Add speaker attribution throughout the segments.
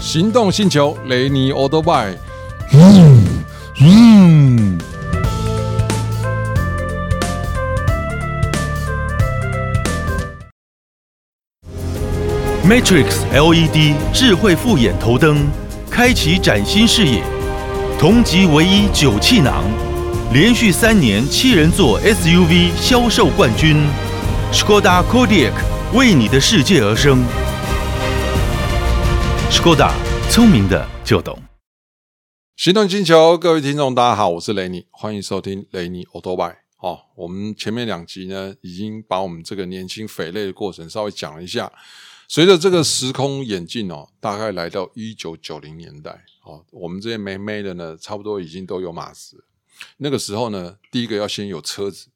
Speaker 1: 行动星球雷尼欧多拜。
Speaker 2: 嗯，
Speaker 3: Matrix LED 智慧复眼头灯，开启崭新视野。同级唯一九气囊，连续三年七人座 SUV 销售冠军。Skoda Kodiaq 为你的世界而生。Skoda 聪明的就懂。
Speaker 1: 行动星球，各位听众，大家好，我是雷尼，欢迎收听雷尼 o t o b y 哦，我们前面两集呢，已经把我们这个年轻匪类的过程稍微讲了一下。随着这个时空演进哦，大概来到一九九零年代哦，我们这些妹妹的呢，差不多已经都有马子了。那个时候呢，第一个要先有车子，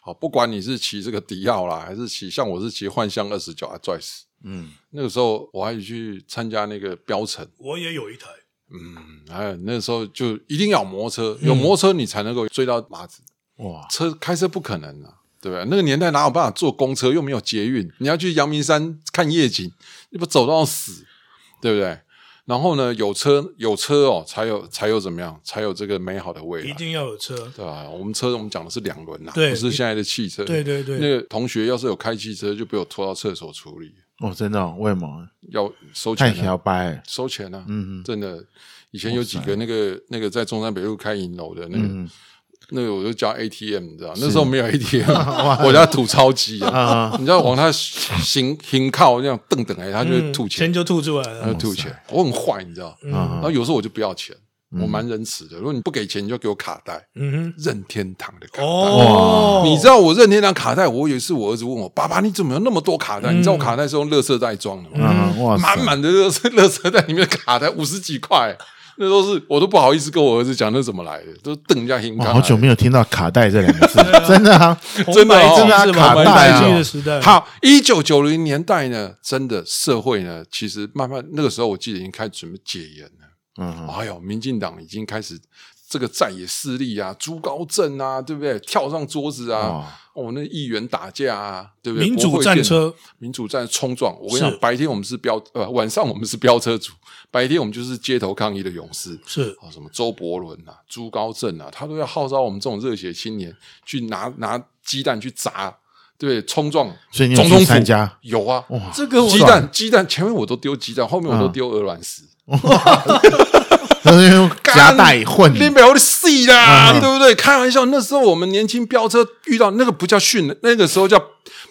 Speaker 1: 好、不管你是骑这个迪奥啦，还是骑像我是骑幻象二十九 a d r i c e
Speaker 2: 嗯，
Speaker 1: 那个时候我还去参加那个标程。
Speaker 4: 我也有一台，
Speaker 1: 嗯，还有那时候就一定要有摩托车，有摩托车你才能够追到马子，
Speaker 2: 嗯哇，
Speaker 1: 车开车不可能啊，对不对？那个年代哪有办法坐公车，又没有捷运，你要去阳明山看夜景，你不走到死，对不对？然后呢，有车有车哦，才有才有怎么样，才有这个美好的未
Speaker 4: 一
Speaker 1: 来，
Speaker 4: 定要有车。
Speaker 1: 对吧？我们车我们讲的是两轮呐、啊
Speaker 4: 对
Speaker 1: 不是现在的汽车。
Speaker 4: 对对对，
Speaker 1: 那个同学要是有开汽车，就被我拖到厕所处理，
Speaker 2: 哦，真的、哦，为什么？
Speaker 1: 要收
Speaker 2: 太
Speaker 1: 钱、啊
Speaker 2: 摇，摆，
Speaker 1: 收钱啊！
Speaker 2: 嗯
Speaker 1: 真的，以前有几个那个那个在中山北路开银楼的那个、
Speaker 2: 嗯
Speaker 1: 那个，我就叫 ATM，你知道，那时候没有 ATM，我家吐钞机啊，
Speaker 2: 啊，
Speaker 1: 你知道往他行行靠那样瞪瞪哎，他就会
Speaker 4: 嗯
Speaker 1: 吐钱嗯
Speaker 4: 钱，就吐出来
Speaker 1: 他就
Speaker 4: 了。
Speaker 1: 吐钱，我很坏，你知道，然
Speaker 2: 啊
Speaker 4: 嗯
Speaker 1: 后有时候我就不要钱，
Speaker 2: 嗯
Speaker 1: 我蛮仁慈的，如果你不给钱，你就给我卡带，
Speaker 4: 嗯
Speaker 1: 任天堂的卡
Speaker 4: 哼，
Speaker 1: 带。
Speaker 4: 哦，
Speaker 1: 你知道我任天堂卡带，我有一次我儿子问我爸爸，你怎么有那么多卡带？你知道我卡带是用垃圾袋装的吗？
Speaker 2: 啊，嗯哇
Speaker 1: 嗯
Speaker 2: 塞，
Speaker 1: 满满的垃圾垃圾袋里面的卡才五十几块，那都是我都不好意思跟我儿子讲那怎么来的，都瞪人家银
Speaker 2: 哇，
Speaker 1: 行。
Speaker 2: 哦好久没有听到卡带这两个字，真的啊，
Speaker 1: 真的哦
Speaker 4: 红白
Speaker 2: 真
Speaker 4: 机是
Speaker 2: 的啊
Speaker 4: 吧？
Speaker 2: 卡带
Speaker 4: 红
Speaker 2: 啊
Speaker 4: 白机的时代，
Speaker 1: 好，一九九零年代呢，真的社会呢，其实慢慢那个时候，我记得已经开始准备解严了。
Speaker 2: 嗯，
Speaker 1: 哎呦，民进党已经开始这个在野势力啊，朱高正啊，对不对？跳上桌子啊，
Speaker 2: 哇，
Speaker 1: 哦，那议员打架啊，对不对？
Speaker 4: 民
Speaker 1: 国
Speaker 4: 主
Speaker 1: 会
Speaker 4: 战
Speaker 1: 电
Speaker 4: 车，
Speaker 1: 民主战冲撞。我跟你讲
Speaker 4: 是，
Speaker 1: 白天我们是飙呃，晚上我们是飙车族，白天我们就是街头抗议的勇士。
Speaker 4: 是
Speaker 1: 啊，什么周伯伦啊、朱高正啊，他都要号召我们这种热血青年去拿拿鸡蛋去砸，对，冲撞
Speaker 2: 所以你有
Speaker 1: 总统
Speaker 2: 去
Speaker 1: 府
Speaker 2: 参加？
Speaker 1: 有啊，
Speaker 2: 哇，
Speaker 4: 这个我
Speaker 1: 鸡蛋鸡蛋前面我都丢鸡蛋，后面我都
Speaker 2: 嗯
Speaker 1: 丢鹅卵石，
Speaker 2: 都是 用夹带混，
Speaker 1: 你没有戏啦，
Speaker 2: 嗯
Speaker 1: 对不对？开玩笑，那时候我们年轻飙车遇到那个不叫训，那个时候叫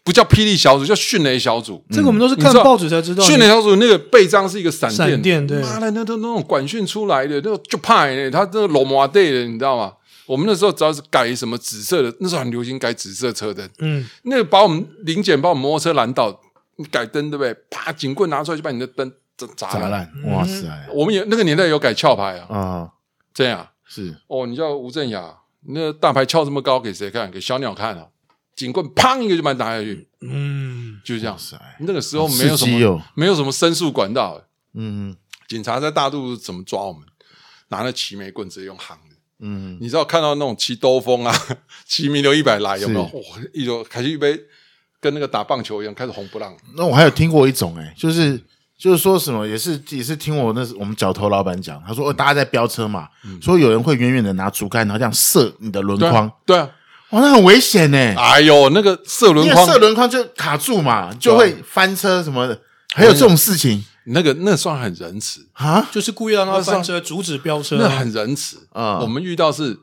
Speaker 1: 不叫霹雳小组，叫迅雷小组。
Speaker 4: 这个我们都是看
Speaker 1: 嗯你知道
Speaker 4: 报纸才知道。
Speaker 1: 训练小组那个背章是一个闪电，
Speaker 4: 嗯闪电对
Speaker 1: 妈的，那都那种管训出来的，那个就怕欸，他这个罗马队的，你知道吗？我们那时候只要是改什么紫色的，那时候很流行改紫色车灯，
Speaker 4: 嗯，
Speaker 1: 那个把我们零检把我们摩托车拦到，你改灯对不对？啪，警棍拿出来就把你的灯砸砸
Speaker 2: 砸
Speaker 1: 了。
Speaker 2: 烂，哇塞，
Speaker 1: 我们也那个年代有改壳牌啊，
Speaker 2: 啊，
Speaker 1: 这样啊
Speaker 2: 是，
Speaker 1: 哦，你叫吴镇雅，那大牌翘这么高给谁看？给小鸟看啊！警棍砰一个就把你打下去，
Speaker 4: 嗯，
Speaker 1: 就是这样
Speaker 2: 哇。塞，
Speaker 1: 那个时候没有什
Speaker 2: 刺激哦
Speaker 1: 么没有什么申诉管道、欸
Speaker 2: 嗯
Speaker 1: 警察在大陆怎么抓我们？拿那齐眉棍直接用夯的。
Speaker 2: 嗯，
Speaker 1: 你知道看到那种骑兜风啊，骑名流一百来有没有？
Speaker 2: 是
Speaker 1: 哇、一流开始一杯跟那个打棒球一样，开始红不让。
Speaker 2: 那我还有听过一种、欸，就是就是说什么，也是也是听我那我们角头老板讲，他说、
Speaker 1: 嗯
Speaker 2: 哦、大家在飙车嘛，说有人会远远的拿竹竿，然后这样射你的轮
Speaker 1: 对
Speaker 2: 框
Speaker 1: 啊，，对啊，
Speaker 2: 哇，那很危险呢、欸，
Speaker 1: 哎呦，那个射轮
Speaker 2: 因为
Speaker 1: 框，啊
Speaker 2: 射轮框就卡住嘛，就会翻车什么的，还有这种事情
Speaker 1: 那个那算很仁慈，
Speaker 2: 啊，
Speaker 4: 就是故意让他翻车，阻止飙车，
Speaker 1: 那很仁慈。
Speaker 2: 啊
Speaker 1: 我们遇到是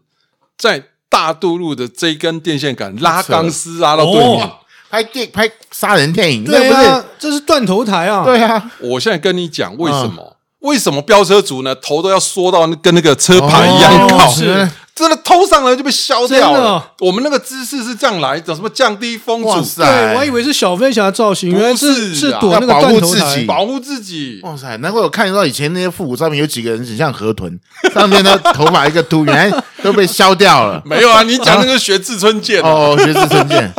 Speaker 1: 在大渡路的这一根电线杆拉钢丝拉到对面。
Speaker 4: 哦
Speaker 2: 拍电拍杀人电影，
Speaker 4: 对
Speaker 2: 那
Speaker 4: 啊，这是断头台啊，
Speaker 2: 不是 对啊，
Speaker 1: 我现在跟你讲为什么？为什么飙车族呢？头都要缩到那跟那个车牌一样
Speaker 4: 哦
Speaker 1: 靠？
Speaker 4: 是
Speaker 1: 真的偷上来就被削掉
Speaker 4: 真的
Speaker 1: 了
Speaker 4: 哦。
Speaker 1: 我们那个姿势是这样来的，什么降低风
Speaker 2: 哦哇
Speaker 1: 阻，
Speaker 2: 塞，
Speaker 4: 对，我还以为是小飞侠的造型，
Speaker 1: 不是
Speaker 4: 原来
Speaker 1: 啊
Speaker 4: 是是
Speaker 2: 要
Speaker 4: 躲那个
Speaker 2: 保护
Speaker 4: 断头
Speaker 2: 自己
Speaker 4: 台。
Speaker 1: 保护自己。
Speaker 2: 哇塞！难怪我看到以前那些复古照片，有几个人很像河 豚，上面的头发一个秃，原来都被削 掉了。
Speaker 1: 没有啊，你讲那个学志春剑，
Speaker 2: 哦，学子证件，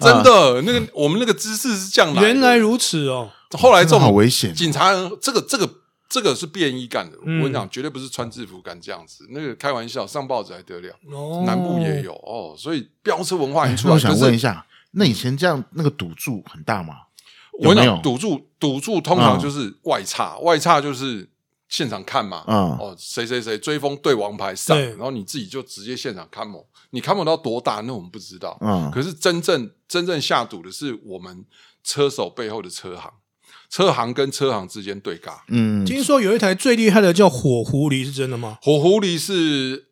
Speaker 1: 真的那个我们那个姿势是这样来的。
Speaker 4: 啊原来如此哦，
Speaker 1: 后 来这
Speaker 2: 这
Speaker 1: 种
Speaker 2: 好危险
Speaker 1: 警察这个这个这个是便衣干的。我
Speaker 4: 嗯
Speaker 1: 跟你讲，绝对不是穿制服干这样子。那个开玩笑，上报纸还得了？
Speaker 4: 哦，
Speaker 1: 南部也有哦，所以飙车文化已经出
Speaker 2: 那
Speaker 1: 来。
Speaker 2: 我想
Speaker 1: 可
Speaker 2: 问一
Speaker 1: 是
Speaker 2: 下，那以前这样那个赌注很大吗？
Speaker 1: 我跟你
Speaker 2: 有没有
Speaker 1: 讲，赌注赌注通常就是外差，外差就是现场看嘛，
Speaker 2: 嗯
Speaker 1: 哦，谁谁谁追风对王牌上，
Speaker 4: 对
Speaker 1: 然后你自己就直接现场看某，你看某到多大，那我们不知道，
Speaker 2: 嗯
Speaker 1: 可是真正真正下赌的是我们车手背后的车行，车行跟车行之间对尬。
Speaker 2: 嗯
Speaker 4: 听说有一台最厉害的叫火狐狸，是真的吗？
Speaker 1: 火狐狸是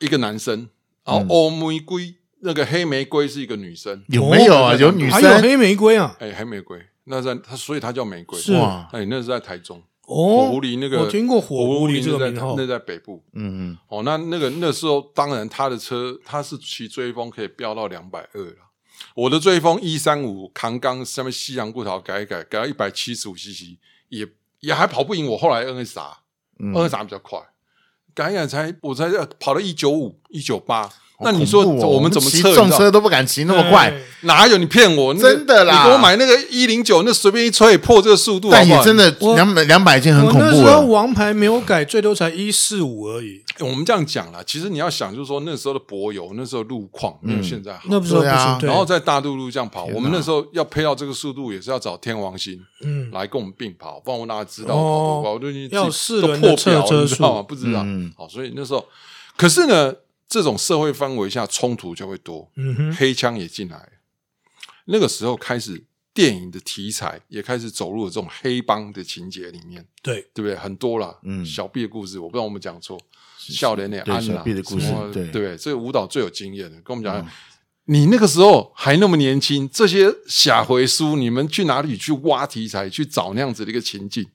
Speaker 1: 一个男生，然
Speaker 4: 嗯
Speaker 1: 后欧玫瑰那个黑玫瑰是一个女生，
Speaker 2: 有没有啊？有女
Speaker 4: 还有
Speaker 2: 生
Speaker 4: 黑玫瑰啊，
Speaker 1: 哎，黑玫瑰那在他，所以他叫玫瑰。
Speaker 4: 是
Speaker 2: 哇？
Speaker 1: 哎，那是在台中，火
Speaker 4: 哦，
Speaker 1: 狐狸那个
Speaker 4: 我听过火狐狸这
Speaker 1: 那
Speaker 4: 个
Speaker 1: 在
Speaker 4: 名号
Speaker 1: 那，在北部
Speaker 2: 嗯嗯
Speaker 1: 哦。那那个那时候，当然他的车他是骑追风可以飙到两百二了。我的追风一三五扛缸上面西洋固桃改一改，改到一百七十五 CC，也也还跑不赢我后来 NSR，NSR、
Speaker 2: 嗯，
Speaker 1: NSR 比较快，改一改才我才跑到一九五一九八。那
Speaker 2: 好
Speaker 1: 你说
Speaker 2: 恐怖哦
Speaker 1: 我们怎么
Speaker 2: 骑
Speaker 1: 测？
Speaker 2: 重
Speaker 1: 你知道
Speaker 2: 车都不敢骑那么快
Speaker 4: 哎，，
Speaker 1: 哪有你骗我？那个
Speaker 2: 真的啦
Speaker 1: 你给我买那个一零九，那随便一吹也破这个速度好
Speaker 2: 但
Speaker 1: 不好，
Speaker 2: 也真的
Speaker 4: 我
Speaker 2: 两百两百已经很
Speaker 4: 我
Speaker 2: 恐
Speaker 4: 那
Speaker 2: 怖啊
Speaker 4: 时候
Speaker 2: 了。
Speaker 4: 王牌没有改，最多才一四五而已，
Speaker 1: 欸我们这样讲啦，其实你要想，就是说那时候的柏油，那时候路况没有现在好。
Speaker 4: 那不是不
Speaker 2: 嗯对啊
Speaker 4: 行。对
Speaker 1: 然后在大陆路这样跑，
Speaker 2: 天哪
Speaker 1: 我们那时候要配到这个速度，也是要找天王星
Speaker 4: 嗯，
Speaker 1: 来跟我们并跑，不然我哪知道
Speaker 4: 哦
Speaker 1: 跑多快？我都已经自己
Speaker 4: 要有四
Speaker 1: 都
Speaker 4: 轮的
Speaker 1: 破表
Speaker 4: 测
Speaker 1: 了，
Speaker 4: 车
Speaker 1: 你知道吗？
Speaker 4: 速
Speaker 1: 不知道
Speaker 2: 嗯。
Speaker 1: 好，所以那时候，可是呢，这种社会氛围下冲突就会多，
Speaker 4: 嗯哼，
Speaker 1: 黑枪也进来了。那个时候开始，电影的题材也开始走入了这种黑帮的情节里面。
Speaker 4: 对，
Speaker 1: 对不对？很多啦，
Speaker 2: 嗯
Speaker 1: 小 B 的故事，我不知道我们讲错，笑脸的
Speaker 2: 对
Speaker 1: 安
Speaker 2: 小
Speaker 1: 啦，
Speaker 2: B 的故事
Speaker 1: 什么
Speaker 2: 对
Speaker 1: 对不对？这个舞蹈最有经验的，跟我们讲，
Speaker 2: 嗯
Speaker 1: 你那个时候还那么年轻，这些下回书，你们去哪里去挖题材，去找那样子的一个情境？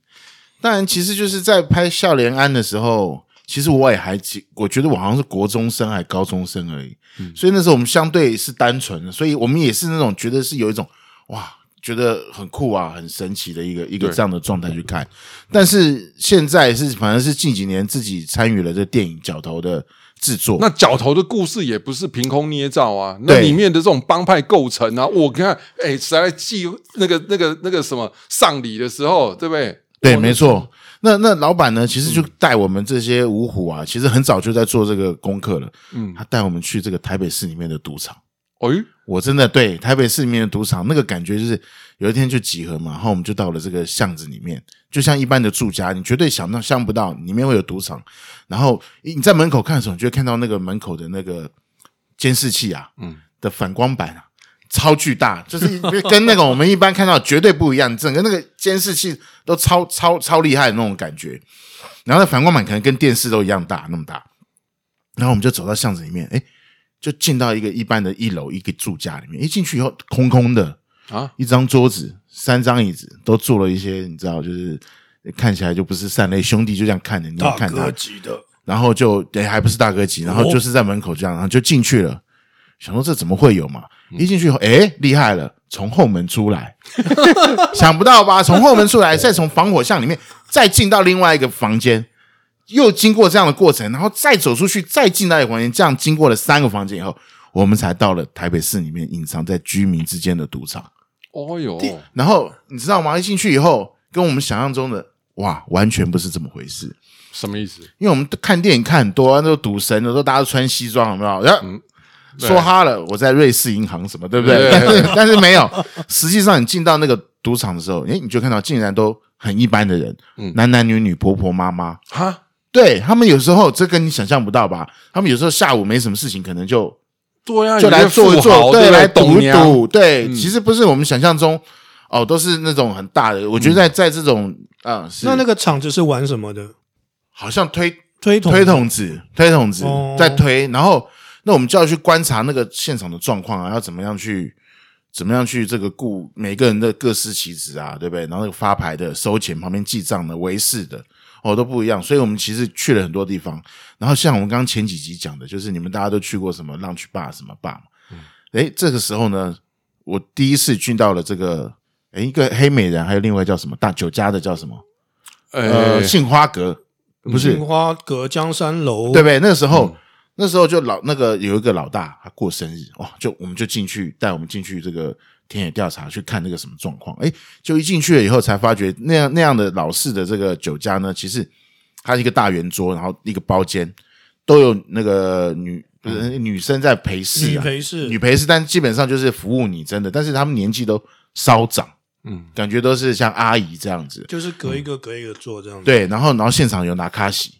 Speaker 2: 当然，其实就是在拍《笑脸安》的时候，其实我也还记，我觉得我好像是国中生还高中生而已，
Speaker 1: 嗯
Speaker 2: 所以那时候我们相对是单纯的，所以我们也是那种觉得是有一种哇，觉得很酷啊，很神奇的一个一个
Speaker 1: 对
Speaker 2: 这样的状态去看。但是现在是，反正是近几年自己参与了这电影角头的制作，
Speaker 1: 那角头的故事也不是凭空捏造啊，那
Speaker 2: 对
Speaker 1: 里面的这种帮派构成啊，我看，哎，实在记那个那个那个什么上礼的时候，对不对？
Speaker 2: 对，
Speaker 1: 哇
Speaker 2: 没错。那那老板呢，其实就带我们这些五虎啊，其实很早就在做这个功课了。
Speaker 1: 嗯
Speaker 2: 他带我们去这个台北市里面的赌场。
Speaker 1: 哎，
Speaker 2: 我真的对台北市里面的赌场那个感觉，就是有一天就集合嘛，然后我们就到了这个巷子里面，就像一般的住家，你绝对想到想不到里面会有赌场。然后你在门口看的时候，你就会看到那个门口的那个监视器啊，
Speaker 1: 嗯
Speaker 2: 的反光板啊，超巨大，就是 一跟那个我们一般看到的绝对不一样，整个那个监视器都超超超厉害的那种感觉。然后那反光板可能跟电视都一样大，那么大。然后我们就走到巷子里面，哎，就进到一个一般的一楼一个住家里面。一进去以后，空空的，
Speaker 1: 啊，
Speaker 2: 一张桌子、三张椅子，都坐了一些，你知道，就是看起来就不是善类兄弟，就这样看着你
Speaker 4: 大
Speaker 2: 看他
Speaker 4: 哥，级的，
Speaker 2: 然后就对，还不是大哥级，然后就是在门口这样，然后就进去了。想说这怎么会有嘛？一进去以后，哎，厉害了，从后门出来，想不到吧？从后门出来，再从防火巷里面再进到另外一个房间，又经过这样的过程，然后再走出去，再进到一个房间，这样经过了三个房间以后，我们才到了台北市里面隐藏在居民之间的赌场。
Speaker 1: 哦哟，
Speaker 2: 然后你知道吗？一进去以后，跟我们想象中的哇，完全不是这么回事。
Speaker 1: 什么意思？
Speaker 2: 因为我们看电影看很多，那时候赌神的时候大家都穿西装，有没有？
Speaker 1: 嗯
Speaker 2: 然后、说哈了，我在瑞士银行什么，对不对？
Speaker 1: 对
Speaker 2: 但是 但是没有，实际上你进到那个赌场的时候，诶，你就看到竟然都很一般的人，
Speaker 1: 嗯
Speaker 2: 男男女女、婆婆妈妈，
Speaker 1: 哈，
Speaker 2: 对他们有时候这跟你想象不到吧？他们有时候下午没什么事情，可能就
Speaker 1: 对呀，
Speaker 2: 就来
Speaker 1: 有些
Speaker 2: 坐一
Speaker 1: 富豪
Speaker 2: 坐，
Speaker 1: 对不对，
Speaker 2: 来赌
Speaker 1: 董
Speaker 2: 一
Speaker 1: 娘
Speaker 2: 赌，对，
Speaker 1: 嗯
Speaker 2: 其实不是我们想象中哦，都是那种很大的。我觉
Speaker 1: 嗯
Speaker 2: 得在在这种啊，是
Speaker 4: 那那个厂子是玩什么的？
Speaker 2: 好像推
Speaker 4: 推筒，
Speaker 2: 推，筒子，推筒子
Speaker 4: 哦
Speaker 2: 在推，然后那我们就要去观察那个现场的状况啊，要怎么样去怎么样去这个顾每个人的各司其职啊，对不对？然后那个发牌的、收钱、旁边记账的、维士的，哦都不一样，所以我们其实去了很多地方。然后像我们刚刚前几集讲的，就是你们大家都去过什么浪去坝什么坝嘛，诶，这个时候呢，我第一次去到了这个。诶一个黑美人，还有另外叫什么大酒家的叫什么？呃，
Speaker 1: 呃，
Speaker 2: 杏花阁不是
Speaker 4: 哎杏花阁江山楼，
Speaker 2: 对不嗯对？那时候、那时候就老那个有一个老大，他过生日哇，就我们就进去带我们进去这个田野调查去看那个什么状况。哎，就一进去了以后才发觉那样那样的老式的这个酒家呢，其实它是一个大圆桌，然后一个包间都有那个女、呃女生在陪侍、
Speaker 4: 女
Speaker 2: 啊，
Speaker 4: 陪侍
Speaker 2: 女陪侍，但基本上就是服务你真的，但是他们年纪都稍长。
Speaker 1: 嗯，
Speaker 2: 感觉都是像阿姨这样子。
Speaker 4: 就是隔一个隔一个做这样子。，
Speaker 2: 对，然后然后现场有拿卡西，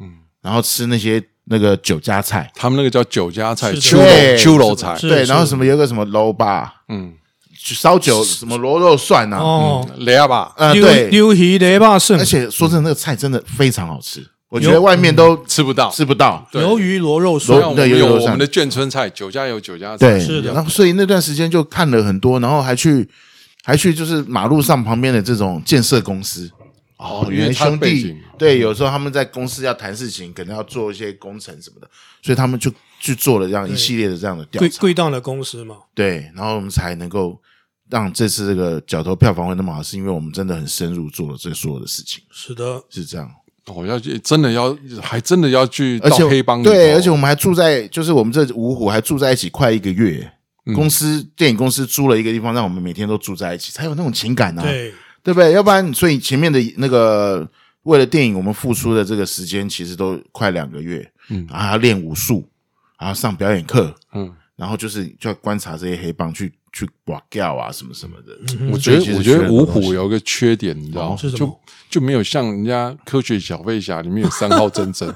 Speaker 1: 嗯
Speaker 2: 嗯，然后吃那些那个酒家菜，
Speaker 1: 他们那个叫酒家菜，
Speaker 4: 是的
Speaker 1: 秋楼
Speaker 2: 对
Speaker 1: 秋楼菜，
Speaker 4: 是
Speaker 2: 对，然后什么有个什么楼吧，
Speaker 1: 嗯，
Speaker 2: 烧酒什么螺肉蒜啊，
Speaker 4: 哦，
Speaker 1: 雷阿吧，
Speaker 2: 啊、
Speaker 4: 溜
Speaker 2: 对，
Speaker 4: 溜鱼雷霸胜
Speaker 2: 而，且说真的，那个菜真的非常好吃，我觉
Speaker 4: 有
Speaker 2: 得外面都
Speaker 1: 吃不到。
Speaker 2: 吃不到。
Speaker 1: 对
Speaker 4: 鱿鱼螺肉
Speaker 1: 像
Speaker 4: 蒜
Speaker 2: 螺，
Speaker 1: 我们
Speaker 2: 对有
Speaker 1: 有
Speaker 2: 有有
Speaker 1: 我们的眷村菜，酒家有酒家菜，
Speaker 2: 对，
Speaker 4: 是的
Speaker 2: 然后所以那段时间就看了很多，然后还去还去就是马路上旁边的这种建设公司。
Speaker 1: 哦，因
Speaker 2: 原
Speaker 1: 为
Speaker 2: 来
Speaker 1: 它
Speaker 2: 兄
Speaker 1: 背
Speaker 2: 弟
Speaker 1: 景
Speaker 2: 对，有时候他们在公司要谈事情，可能要做一些工程什么的，所以他们就去做了这样一系列的这样的调
Speaker 4: 贵
Speaker 2: 查。
Speaker 4: 贵档的公司嘛，
Speaker 2: 对，然后我们才能够让这次这个角头票房会那么好，是因为我们真的很深入做了这所有的事情，
Speaker 4: 是的，
Speaker 2: 是这样。
Speaker 1: 哦，要去真的要还真的要去
Speaker 2: 而
Speaker 1: 到
Speaker 2: 且
Speaker 1: 黑帮里头
Speaker 2: 对，而且我们还住在，就是我们这五虎还住在一起快一个月。公司电影公司租了一个地方，让我们每天都住在一起，才有那种情感呢、啊，
Speaker 4: 对，
Speaker 2: 对不对？要不然，所以前面的那个为了电影我们付出的这个时间，其实都快两个月，嗯，然后还要练武术，然后上表演课，
Speaker 1: 嗯
Speaker 2: 嗯，然后就是就要观察这些黑帮去去刮掉啊什么什么的。
Speaker 1: 我觉
Speaker 2: 所以其
Speaker 1: 得，
Speaker 2: 实
Speaker 1: 我觉
Speaker 2: 学
Speaker 1: 得
Speaker 2: 了
Speaker 1: 五
Speaker 2: 很多东西
Speaker 1: 虎有一个缺点，你知道吗？
Speaker 4: 嗯是什么
Speaker 1: 就就没有像人家科学小飞侠里面有三号真真，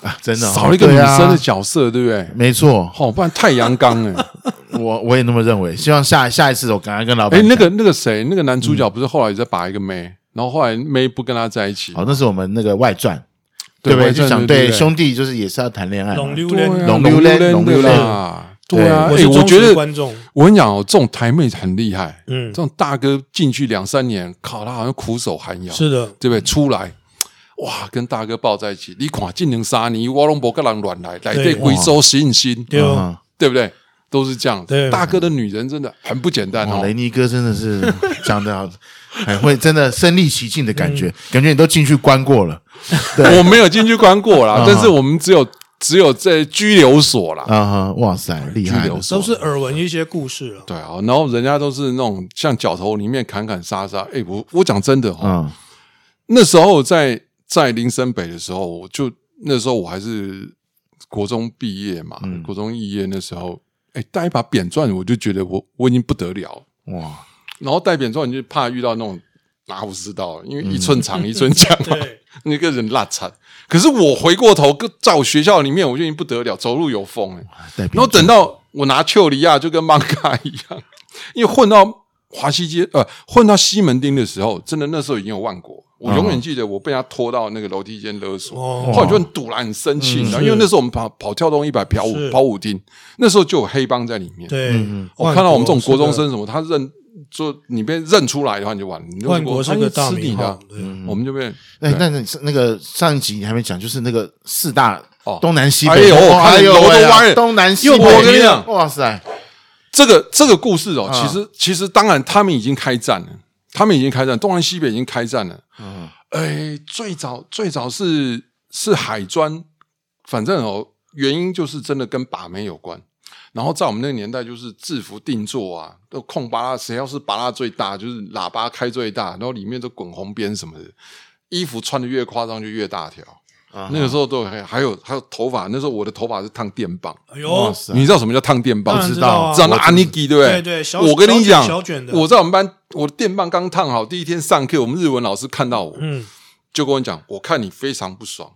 Speaker 2: 啊 真的哦
Speaker 1: 少了一个女
Speaker 2: 对啊
Speaker 1: 生的角色，对不对？
Speaker 2: 没错，
Speaker 1: 哦，不然太阳刚哎
Speaker 2: 我我也那么认 为。希望下下一次我赶快跟老板
Speaker 1: 哎，
Speaker 2: 讲。
Speaker 1: 那个那个谁，那个男主角不是后来也在把一个妹，然后后来妹不跟他在一起，
Speaker 2: 哦，那是我们那个外传，
Speaker 1: 对
Speaker 2: 不对？
Speaker 1: 外传
Speaker 2: 就想
Speaker 1: 对对对
Speaker 2: 兄弟，就是也是要谈恋爱嘛。
Speaker 4: 龙溜
Speaker 1: 对
Speaker 4: 溜，
Speaker 1: 啊
Speaker 2: 龙
Speaker 1: 溜
Speaker 2: 溜嘞
Speaker 1: 嘞
Speaker 2: 龙
Speaker 1: 的
Speaker 2: 溜嘞
Speaker 1: 啦，对啊，
Speaker 4: 我
Speaker 1: 哎，
Speaker 4: 是
Speaker 1: 我
Speaker 4: 忠
Speaker 1: 觉
Speaker 4: 实
Speaker 1: 得
Speaker 4: 观众，
Speaker 1: 我跟你讲哦，这种台妹很厉害，
Speaker 4: 嗯
Speaker 1: 这，种大哥进去两三年，靠，他好像苦守寒窑，
Speaker 4: 是的，
Speaker 1: 对不对？出来，哇，跟大哥抱在一起，你看尽能杀你，我拢无个人乱来，来对
Speaker 4: 对
Speaker 1: 贵州信心，
Speaker 4: 对哦，
Speaker 2: 啊
Speaker 1: 对不对？都是这样子。
Speaker 4: 对
Speaker 1: 大哥的女人真的很不简单
Speaker 2: 哇，
Speaker 1: 哦
Speaker 2: 雷。尼哥真的是 讲的好，很会，真的身临其境的感
Speaker 4: 嗯
Speaker 2: 觉，感觉你都进去关过了
Speaker 1: 我没有进去关过啦
Speaker 2: 嗯，
Speaker 1: 但是我们只有只有在拘留所啦，
Speaker 2: 啊！哈，哇塞，厉
Speaker 1: 拘
Speaker 2: 害了
Speaker 1: 留！所
Speaker 4: 都是耳闻一些故事 了。
Speaker 1: 对啊，然后人家都是那种像角头里面砍砍杀杀。哎，我我讲真的哦，
Speaker 2: 嗯，
Speaker 1: 那时候在在林森北的时候，我就那时候我还是国中毕业嘛，
Speaker 2: 嗯
Speaker 1: 国中毕业那时候，哎，带一把扁钻，我就觉得我我已经不得了了。
Speaker 2: 哇，
Speaker 1: 然后带扁钻，你就怕遇到那种拿武士刀，因为一寸长一寸强嘛，
Speaker 4: 对，
Speaker 1: 那个人辣惨。可是我回过头，跟在我学校里面，我就已经不得了，走路有风哎、
Speaker 2: 代
Speaker 1: 然
Speaker 2: 表
Speaker 1: 后等到我拿丘里亚，就跟曼卡一样，因为混到华西街，呃，混到西门町的时候，真的那时候已经有万国。我永
Speaker 4: 嗯
Speaker 1: 远记得我被他拖到那个楼梯间勒索，
Speaker 4: 哦
Speaker 1: 后来就很堵然很生气，你知道，
Speaker 4: 嗯是
Speaker 1: 因为那时候我们跑跑跳动一百跑舞
Speaker 4: 是
Speaker 1: 跑舞厅，那时候就有黑帮在里面。
Speaker 4: 对，
Speaker 1: 嗯我、
Speaker 4: 万
Speaker 1: 看到我们这种
Speaker 4: 是个
Speaker 1: 国中，生什么，他认就你被认出来的话，你就完了。你就
Speaker 4: 万国
Speaker 1: 他
Speaker 4: 是个
Speaker 1: 就
Speaker 4: 大
Speaker 1: 吃你
Speaker 4: 名
Speaker 1: 的
Speaker 4: 号
Speaker 1: 啊，，
Speaker 4: 对
Speaker 1: 我们就被
Speaker 2: 哎，那那那个上一集你还没讲，就是那个四大
Speaker 1: 哦
Speaker 2: 东南西
Speaker 1: 哎
Speaker 2: 北，
Speaker 1: 呦我
Speaker 2: 哦
Speaker 1: 看
Speaker 2: 哎呦
Speaker 1: 楼都
Speaker 2: 喂啊
Speaker 1: 歪了
Speaker 2: 东南西
Speaker 1: 又
Speaker 2: 北，
Speaker 1: 我跟你讲
Speaker 2: 哇塞，
Speaker 1: 这个这个故事哦，其
Speaker 2: 啊
Speaker 1: 实其实当然他们已经开战了，他们已经开战，东南西北已经开战了。
Speaker 2: 嗯
Speaker 1: 哎，最早最早是是海专，反正哦，原因就是真的跟把妹有关。然后在我们那个年代，就是制服定做啊，都控巴拉，谁要是巴拉最大，就是喇叭开最大，然后里面都滚红边什么的，衣服穿的越夸张就越大条。
Speaker 2: 啊
Speaker 1: 那个时候都还还有还有头发，那时候我的头发是烫电棒，
Speaker 4: 哎
Speaker 2: 哇
Speaker 4: 呦，
Speaker 2: 塞，
Speaker 1: 你知道什么叫烫电棒？
Speaker 4: 当然
Speaker 1: 知
Speaker 4: 知道啊
Speaker 1: 道那阿尼基对不
Speaker 4: 对对小
Speaker 1: 我跟你讲，
Speaker 4: 小卷的
Speaker 1: 我在我们班，我的电棒刚烫好，第一天上课，我们日文老师看到我，
Speaker 4: 嗯，
Speaker 1: 就跟我讲，我看你非常不爽，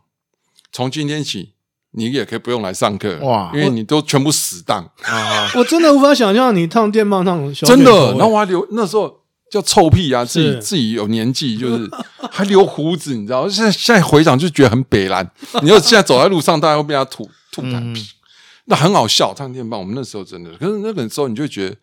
Speaker 1: 从今天起。你也可以不用来上课
Speaker 2: 哇
Speaker 1: 因为你都全部死当，
Speaker 2: 啊，
Speaker 4: 我真的无法想象你烫电棒烫小
Speaker 1: 真
Speaker 4: 卷头哎
Speaker 1: 的。然后我还留那时候叫臭屁啊，自己
Speaker 4: 是
Speaker 1: 自己有年纪，就是 还留胡子，你知道？现在现在回想就觉得很北 蓝。你要现在走在路上，大家会被他吐吐痰
Speaker 2: 嗯，
Speaker 1: 那很好笑，烫电棒。我们那时候真的，可是那个时候你就觉得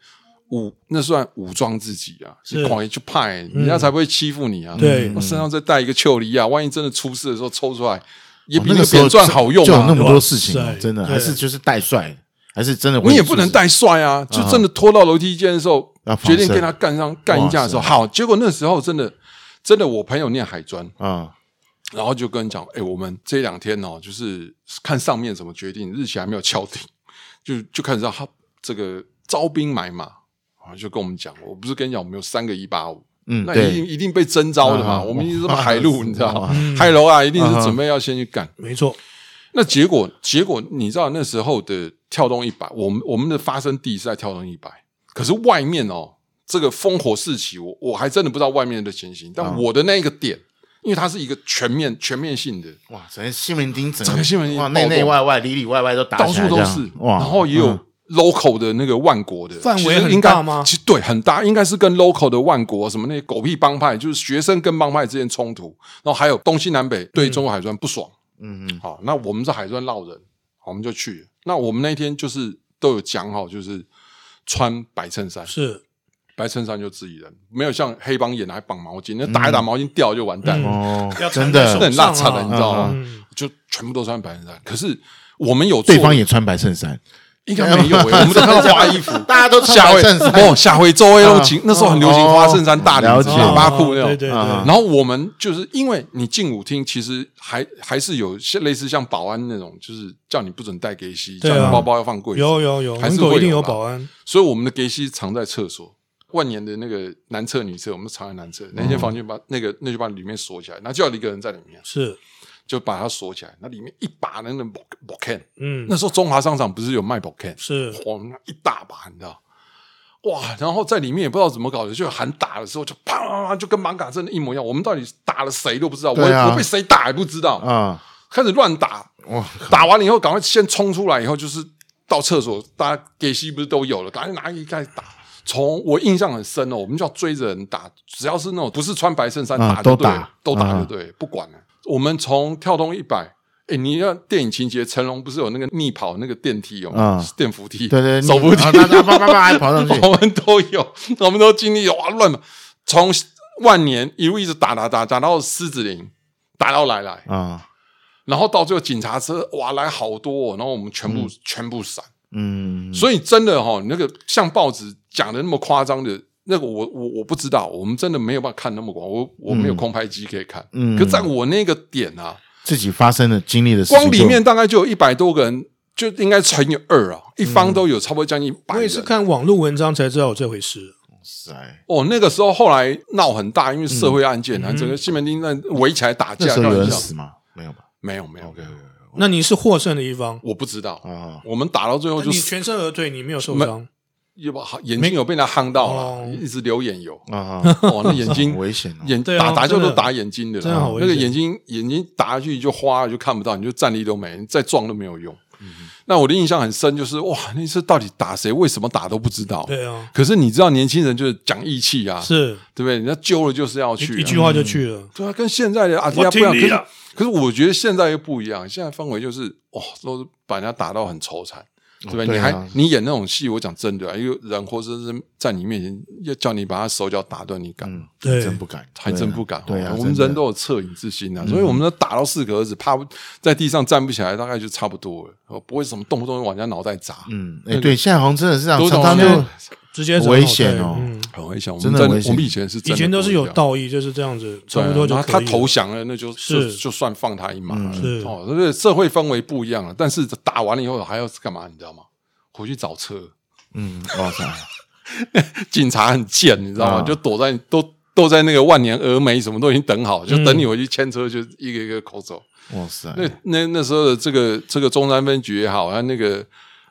Speaker 1: 武那算武装自己啊，
Speaker 4: 是
Speaker 1: 你狂一去派、人家才不会欺负你啊。
Speaker 4: 对
Speaker 1: 我身上再带一个丘离啊，万一真的出事的时候抽出来，也
Speaker 2: 哦
Speaker 1: 比
Speaker 2: 那
Speaker 1: 个
Speaker 2: 个时候
Speaker 1: 扁钻好用
Speaker 2: 就有
Speaker 1: 啊。
Speaker 2: 那么多事情
Speaker 4: 哇
Speaker 2: 哦，
Speaker 4: 塞
Speaker 2: 真的
Speaker 4: 对
Speaker 2: 还是就是带帅，还是真的会
Speaker 1: 你也不能带帅啊，就真的拖到楼梯间的时候
Speaker 2: 要，防
Speaker 1: 决
Speaker 2: 身
Speaker 1: 定跟他干上干一架的时候，
Speaker 2: 哇
Speaker 1: 好，结果那时候真的真的，我朋友念海专，
Speaker 2: 啊，
Speaker 1: 然后就跟你讲，哎、我们这两天哦，就是看上面怎么决定，日期还没有敲定， 就就开始让他这个招兵买马，然后就跟我们讲，我不是跟你讲，我们有三个一八五。
Speaker 2: 嗯，
Speaker 1: 那一
Speaker 2: 对
Speaker 1: 定，一定被征召的嘛，
Speaker 2: 啊
Speaker 1: 我们一定是
Speaker 2: 哇
Speaker 1: 海陆，你知道吗？海楼啊，一定是准备要先去干。
Speaker 4: 没错，
Speaker 1: 那结果，结果你知道那时候的跳动一百，我们我们的发生地是在跳动一百，可是外面哦，这个烽火四起，我我还真的不知道外面的情形，
Speaker 2: 嗯
Speaker 1: 但我的那一个点，因为它是一个全面全面性的，
Speaker 2: 哇，整个西门町，整
Speaker 1: 整个西门町
Speaker 2: 哇，内内外外里里外外都打
Speaker 1: 到
Speaker 2: 起
Speaker 1: 处
Speaker 2: 来
Speaker 1: 都
Speaker 2: 这样
Speaker 1: 是，
Speaker 2: 哇，嗯
Speaker 1: 然后也有 local 的那个万国的
Speaker 4: 范围
Speaker 1: 其实
Speaker 4: 很
Speaker 1: 应该
Speaker 4: 大吗
Speaker 1: 其实对，很大，应该是跟 local 的万国什么那些狗屁帮派，就是学生跟帮派之间冲突，然后还有东西南北对中国海专不爽，
Speaker 2: 嗯嗯，
Speaker 1: 好，那我们在海专闹人，好我们就去了。那我们那天就是都有讲好，就是穿白衬衫，
Speaker 4: 是
Speaker 1: 白衬衫就自己人，没有像黑帮演的还绑毛巾，那打一
Speaker 2: 嗯
Speaker 1: 打毛巾掉就完蛋，
Speaker 4: 嗯
Speaker 2: 哦，
Speaker 4: 要
Speaker 2: 真
Speaker 4: 缠在
Speaker 1: 那
Speaker 4: 手，
Speaker 2: 的
Speaker 1: 很拉差的，
Speaker 4: 上啊
Speaker 1: 你知道吗？
Speaker 4: 嗯
Speaker 1: 就全部都穿白衬衫，可是我们有做
Speaker 2: 对方也穿白衬衫，
Speaker 1: 应该没 有、欸，我们都看到花衣服，
Speaker 2: 大家都穿
Speaker 1: 下
Speaker 2: 白
Speaker 1: 回
Speaker 2: 衬衫，嗯哦
Speaker 1: 哦，下回周围都请，那时候很流行花衬衫、大领
Speaker 2: 了
Speaker 1: 子、
Speaker 2: 解
Speaker 1: 喇叭裤那种。
Speaker 4: 哦对对
Speaker 2: 啊
Speaker 4: 对，
Speaker 1: 然后我们就是因为你进舞厅，其实还还是有像类似像保安那种，就是叫你不准带给西，
Speaker 4: 对啊
Speaker 1: 叫你包包要放柜子，
Speaker 4: 有有有，
Speaker 1: 还
Speaker 4: 门
Speaker 1: 是
Speaker 4: 口
Speaker 1: 会
Speaker 4: 一定有
Speaker 1: 吧
Speaker 4: 保。安，
Speaker 1: 所以我们的给西藏在厕所，万年的那个男厕女厕，我们藏在男厕那间房间把那个那就把里面锁起来，那就要一个人在里面，
Speaker 4: 是，
Speaker 1: 就把它锁起来。那里面一把那个 b o c a n
Speaker 4: 嗯
Speaker 1: 那，时候中华商场不是有卖 b o c a n
Speaker 4: 是
Speaker 1: 哇，那一大把，你知道？哇！然后在里面也不知道怎么搞的，就喊打的时候就啪啪啪，就跟盲卡真的一模一样。我们到底打了谁都不知道，我
Speaker 2: 对
Speaker 1: 也
Speaker 2: 啊
Speaker 1: 我被谁打也不知道，
Speaker 2: 啊，
Speaker 1: 开始乱打。
Speaker 2: 哇，
Speaker 1: 打完了以后，赶快先冲出来，以后就是到厕所，大家给息不是都有了，赶快拿一开始打。从我印象很深哦，我们就要追着人打，只要是那种不是穿白衬衫
Speaker 2: 啊
Speaker 1: 打就
Speaker 2: 都
Speaker 1: 对了，
Speaker 2: 打
Speaker 1: 都打就
Speaker 2: 啊
Speaker 1: 对了，不管了。我们从跳动一百。哎，你要电影情节，成龙不是有那个逆跑那个电梯有吗？
Speaker 2: 嗯
Speaker 1: 电扶梯，
Speaker 2: 对啊对，
Speaker 1: 手扶梯，
Speaker 2: 然后大家叭叭叭还跑上去，
Speaker 1: 我们都有，我们都经历哇乱嘛，从万年一路一直打打打打到狮子林，打到来来，
Speaker 2: 啊，
Speaker 1: 然后到最后警察车哇来好多、哦，然后我们全部、全部闪，
Speaker 2: 嗯，
Speaker 1: 所以真的哈、哦，你那个像报纸讲的那么夸张的。那个我我我不知道，我们真的没有办法看那么广，我我没有空拍机可以看。
Speaker 2: 嗯
Speaker 1: 可在我那个点啊，
Speaker 2: 自己发生的经历的事情就，
Speaker 1: 光里面大概就有一百多个人，就应该乘以二啊，一方都有差不多将近一百
Speaker 4: 我
Speaker 2: 嗯
Speaker 1: 人。
Speaker 4: 也是看网络文章才知道有这回事，
Speaker 2: 塞，
Speaker 1: 哦，那个时候后来闹很大，因为社会案件啊，整个西门町那围起来打
Speaker 2: 嗯那
Speaker 1: 架，
Speaker 2: 时候
Speaker 1: 到
Speaker 2: 有
Speaker 1: 底
Speaker 2: 人
Speaker 1: 是
Speaker 2: 死吗？没有吧？
Speaker 1: 没有没有没有，
Speaker 4: 那你是获胜的一方，
Speaker 1: 我不知道
Speaker 2: 啊
Speaker 1: 我们打到最后就
Speaker 4: 你
Speaker 1: 是
Speaker 4: 全身而退，你没有受
Speaker 1: 没
Speaker 4: 伤，
Speaker 1: 也把眼睛有被他夯到了，
Speaker 4: 哦
Speaker 1: 一直流眼油。
Speaker 2: 啊，
Speaker 1: 哦，那眼睛
Speaker 2: 很 危险哦，
Speaker 1: 眼
Speaker 4: 对啊
Speaker 1: 打打就
Speaker 4: 真的
Speaker 1: 都打眼睛的啦，哦
Speaker 4: 真的好危
Speaker 1: 那
Speaker 4: 险
Speaker 1: 个眼睛眼睛打下去就花了，就看不到，你就站立都没，你再撞都没有用。
Speaker 4: 嗯
Speaker 1: 那我的印象很深，就是哇，那次到底打谁，为什么打都不知道。
Speaker 4: 对啊，
Speaker 1: 可是你知道，年轻人就是讲义气啊，
Speaker 4: 是
Speaker 1: 对不对？人家揪了就是要去啊、
Speaker 4: 一一句话就去了，
Speaker 1: 对啊，跟现在的阿迪亚
Speaker 4: 我
Speaker 1: 不
Speaker 4: 听
Speaker 1: 一样。可
Speaker 4: 你
Speaker 1: 是
Speaker 4: 啊的
Speaker 1: 可是我觉得现在又不一样，现在氛围就是哇，都是把人家打到很愁惨，对不对？
Speaker 2: 对
Speaker 1: 你
Speaker 2: 啊
Speaker 1: 还你演那种戏，我讲真的啊，一个人或者是在你面前要叫你把他手脚打断，你敢？
Speaker 2: 嗯，
Speaker 4: 对
Speaker 2: 真不敢，
Speaker 1: 还真不敢，哦
Speaker 2: 对啊，对啊
Speaker 1: 我们人
Speaker 2: 真的嗯
Speaker 1: 都有恻隐之心啊，所以我们都打到四个儿子，怕不在地上站不起来，大概就差不多了，哦不会什么动不动就往人家脑袋砸，
Speaker 2: 嗯，哎，对，现在好像真的是这样，
Speaker 1: 都
Speaker 2: 常
Speaker 1: 懂
Speaker 2: 常
Speaker 1: 了
Speaker 2: 就
Speaker 4: 直接走
Speaker 2: 危险哦
Speaker 4: 对嗯
Speaker 1: 很危险。我
Speaker 2: 真
Speaker 1: 们
Speaker 2: 的
Speaker 1: 真
Speaker 2: 很危险
Speaker 1: 我们以前是真
Speaker 4: 以
Speaker 1: 的
Speaker 4: 前都是
Speaker 1: 不会
Speaker 4: 有
Speaker 1: 这样
Speaker 4: 道义，就是这样子，差不多
Speaker 1: 对
Speaker 4: 就
Speaker 1: 啊然后他
Speaker 4: 可以了
Speaker 1: 投降了，那就是就就算放他一马了。
Speaker 4: 是
Speaker 1: 哦，这个社会氛围不一样了。但是打完了以后还要干嘛？你知道吗？回去找车，
Speaker 2: 嗯，哇塞，
Speaker 1: 警察很贱，你知道吗？
Speaker 2: 啊
Speaker 1: 就躲在都都在那个万年峨眉什么都已经等好，就等你回去牵车，就一个一个口走。
Speaker 2: 哇塞，
Speaker 1: 那那那时候的这个这个中山分局也好，然后那个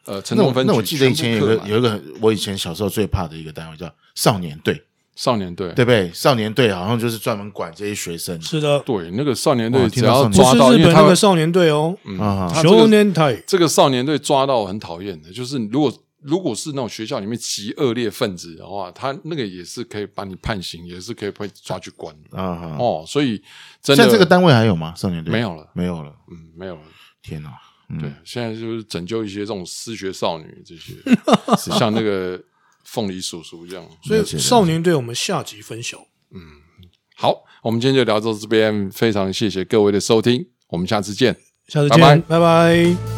Speaker 1: 呃城
Speaker 2: 那
Speaker 1: 中
Speaker 2: 我
Speaker 1: 分局，
Speaker 2: 那我记得以前有个
Speaker 1: 全部客满
Speaker 2: 有一个很我以前小时候最怕的一个单位叫少年队，
Speaker 1: 少年队，
Speaker 2: 对不对？少年队好像就是专门管这些学生
Speaker 4: 是的，
Speaker 1: 对那个少年队
Speaker 2: 哇
Speaker 1: 只
Speaker 2: 听到
Speaker 1: 要
Speaker 2: 少年
Speaker 1: 抓到，
Speaker 4: 不是
Speaker 1: 因为
Speaker 4: 日本
Speaker 1: 他
Speaker 4: 那
Speaker 1: 们
Speaker 4: 个少年队哦，
Speaker 2: 啊
Speaker 1: 他这个
Speaker 4: 少年队，
Speaker 1: 这个少年队抓到很讨厌的，就是如果如果是那种学校里面极恶劣分子的话，他那个也是可以把你判刑，也是可以被抓去关的、
Speaker 2: 啊啊！
Speaker 1: 哦。所以真
Speaker 2: 现
Speaker 1: 的
Speaker 2: 在这个单位还有吗？少年队
Speaker 1: 没，有了，
Speaker 2: 没有了，
Speaker 1: 嗯，没有了。
Speaker 2: 天哪！
Speaker 1: 对，现在就是拯救一些这种失学少女，这 些像那个凤梨叔叔这样。
Speaker 4: 所以
Speaker 2: 了解了解
Speaker 4: 少年队我们下集分晓，
Speaker 1: 好，我们今天就聊到这边，非常谢谢各位的收听，我们下次见。
Speaker 4: 下次
Speaker 1: 拜拜
Speaker 4: 见，拜拜。